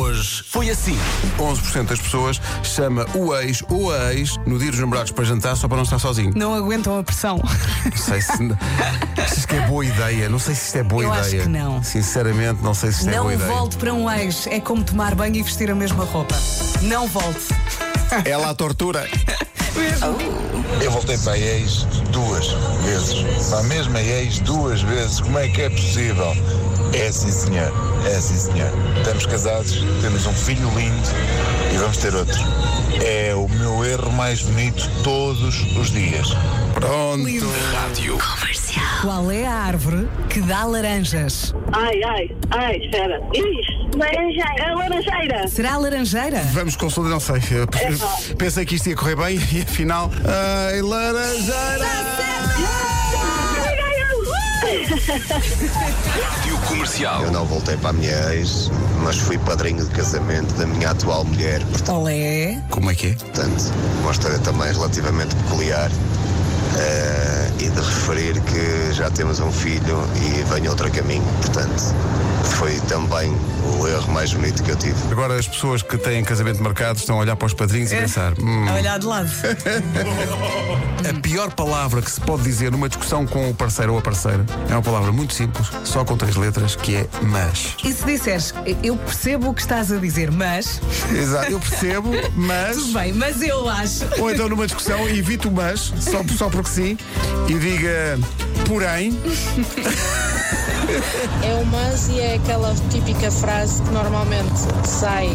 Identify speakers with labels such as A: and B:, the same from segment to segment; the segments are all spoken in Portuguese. A: Hoje foi assim. 11% das pessoas chama o ex ou a ex no dia dos namorados para jantar só para não estar sozinho.
B: Não aguentam a pressão.
A: Não sei se, se isto é boa ideia. Não sei se isto é boa
B: Eu
A: ideia.
B: acho que não.
A: Sinceramente, não sei se isto é
B: não
A: boa ideia.
B: volte para um ex. É como tomar banho e vestir a mesma roupa. Não volte.
A: Ela a tortura.
C: Eu voltei para a ex duas vezes. Para a mesma ex duas vezes. Como é que é possível? É sim, senhor. É sim, senhor. Estamos casados, temos um filho lindo e vamos ter outro. É o meu erro mais bonito todos os dias.
A: Pronto.
B: Qual é a árvore que dá laranjas?
D: Ai, ai, ai, espera. Ixi, laranjeira. É laranjeira.
B: Será a laranjeira?
A: Vamos consolidar, não sei. Eu
B: É
A: Pensei que isto ia correr bem e afinal. Ai, laranjeira!
D: Ai, ai, ai.
E: Eu não voltei para a minha ex, mas fui padrinho de casamento da minha atual mulher.
B: Olé.
A: Como é que é?
E: Portanto, uma história também relativamente peculiar. eh, e de referir que já temos um filho e vem outro a caminho. Portanto, foi também o erro mais bonito que eu tive.
A: Agora as pessoas que têm casamento marcado estão a olhar para os padrinhos
B: É.
A: e pensar. "Hum,
B: A olhar de lado.
A: a pior palavra que se pode dizer numa discussão com o parceiro ou a parceira é uma palavra muito simples, só com três letras, que é mas.
B: E se disseres, eu percebo o que estás a dizer, mas.
A: Exato, eu percebo, mas.
B: Tudo bem, mas eu acho.
A: Ou então numa discussão, evite o mas, só, só porque sim, e diga porém.
F: É o mas e é aquela típica frase que normalmente sai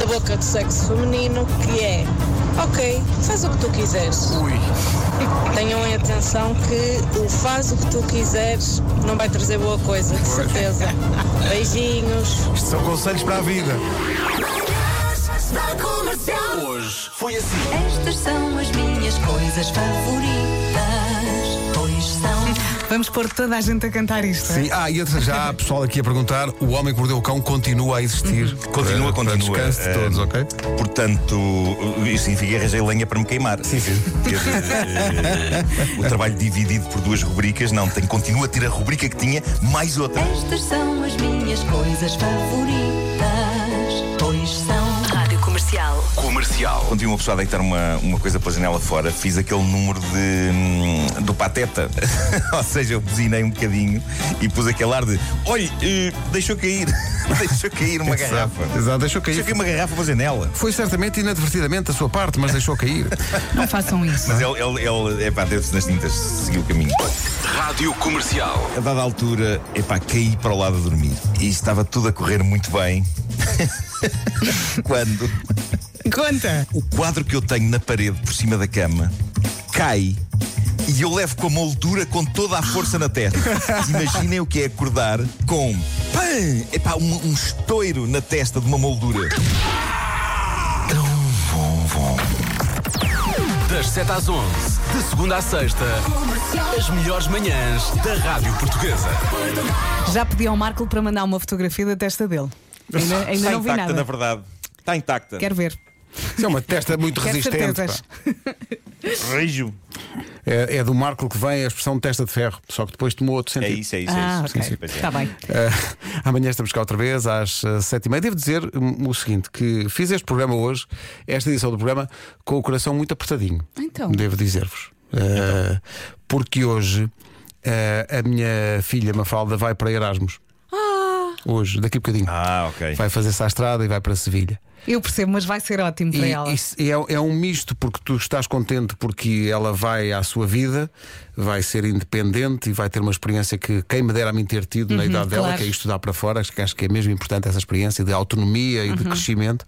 F: da boca do sexo feminino que é Ok, faz o que tu quiseres.
A: Ui.
F: Tenham em atenção que o faz o que tu quiseres não vai trazer boa coisa, de certeza. Beijinhos.
A: Isto são conselhos para a vida.
G: Estas são as minhas coisas favoritas, pois são.
B: Vamos pôr toda a gente a cantar isto. é?
A: Sim, ah, e outra, já há pessoal aqui a perguntar: o homem que mordeu o cão continua a existir?
H: Continua,
A: Uhum. Para- para
H: continua.
A: descanso de todos,
H: Eh,
A: ok?
H: Portanto, isso significa arranjei lenha para me queimar. Sim, sim. o trabalho dividido por duas rubricas, não, tem, continua a ter a rubrica que tinha, mais outra.
G: Estas são as minhas coisas favoritas, pois são. Rádio Comercial.
H: Comercial. Ontem uma pessoa a deitar uma, uma coisa pela janela fora, fiz aquele número de hum, do pateta. Ou seja, eu buzinei um bocadinho e pus aquele ar de olha, eh, deixou cair, deixou cair uma garrafa.
A: Exato, deixou
H: Deixou
A: cair.
H: cair uma garrafa pela janela.
A: Foi certamente inadvertidamente da sua parte, mas deixou cair.
B: Não façam isso.
H: Mas ele, ele, ele epá, deu-se nas tintas, seguiu o caminho.
I: Rádio Comercial.
H: A dada altura, epá, caí para o lado a dormir. E estava tudo a correr muito bem. Quando
B: Conta.
H: o quadro que eu tenho na parede por cima da cama cai e eu levo com a moldura com toda a força na testa. Imaginem o que é acordar com pam, epá, um, um estouro na testa de uma moldura.
I: Das 7 às 11, de segunda à sexta, as melhores manhãs da Rádio Portuguesa.
B: Já pedi ao Marco para mandar uma fotografia da testa dele. Ainda, ainda
H: Está
B: não vi
H: intacta, na
B: nada.
H: verdade. Está intacta.
B: Quero ver.
A: Isso é uma testa muito
B: Quero
A: resistente.
B: certezas.
A: pá.
H: Rijo.
A: É, é do Marco que vem a expressão testa de ferro, só que depois tomou outro
H: É
A: sentido.
H: isso, é isso, é
B: Ah,
H: isso.
B: ok.
H: Sim, sim, pois é.
B: Está bem.
A: Eh, amanhã estamos cá outra vez às eh, sete e meia. Devo dizer hum, o seguinte: que fiz este programa hoje, esta edição do programa, com o coração muito apertadinho.
B: Então.
A: Devo dizer-vos. Eh, porque hoje eh, a minha filha Mafalda vai para Erasmus. Hoje, daqui a bocadinho.
H: Ah, ok.
A: Vai fazer-se à estrada e vai para Sevilha.
B: Eu percebo, mas vai ser ótimo para
A: E,
B: ela.
A: isso é, é um misto, porque tu estás contente porque ela vai à sua vida, vai ser independente e vai ter uma experiência que quem me dera a mim ter tido na idade dela,
B: Uhum, claro.
A: que é estudar para fora, acho que, acho que é mesmo importante essa experiência de autonomia e de
B: Uhum.
A: crescimento.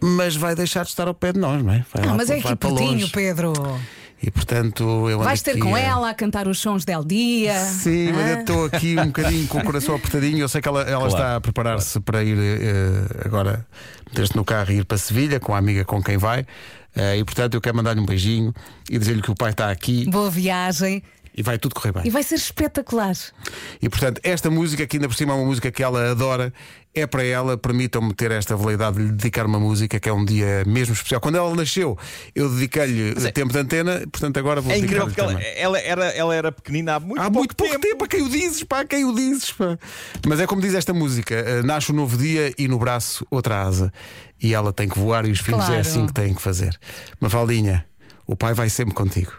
A: Mas vai deixar de estar ao pé de nós, não é? Vai
B: Ah,
A: lá
B: mas
A: para-
B: é aqui
A: vai para
B: pertinho,
A: longe.
B: Pedro.
A: E portanto, eu ando
B: Vais ter
A: aqui
B: com
A: a-
B: ela a cantar os sons del dia. Ah,
A: Sim, mas
B: É.
A: eu estou aqui um bocadinho com o coração apertadinho. Eu sei que ela, ela está a preparar-se para ir eh, agora meter-se no carro e ir para Sevilha com a amiga com quem vai. Eh, e portanto eu quero mandar-lhe um beijinho e dizer-lhe que o pai está aqui
B: Boa viagem.
A: E vai tudo correr bem.
B: E vai ser espetacular.
A: E portanto, esta música, que ainda por cima é uma música que ela adora, é para ela. Permitam-me ter esta validade de lhe dedicar uma música que é um dia mesmo especial. Quando ela nasceu, eu dediquei-lhe
H: Mas é-
A: tempo de antena, portanto agora vou
H: É incrível
A: dedicar-lhe
H: porque ela,
A: também.
H: ela era, ela era pequenina há muito
A: Há
H: pouco
A: muito pouco tempo. a quem o dizes, pá, a quem o dizes, pá. Mas é como diz esta música: eh, nasce um novo dia e no braço outra asa. E ela tem que voar e os filhos é
B: Claro.
A: assim que têm que fazer. Mafaldinha, o pai vai sempre contigo.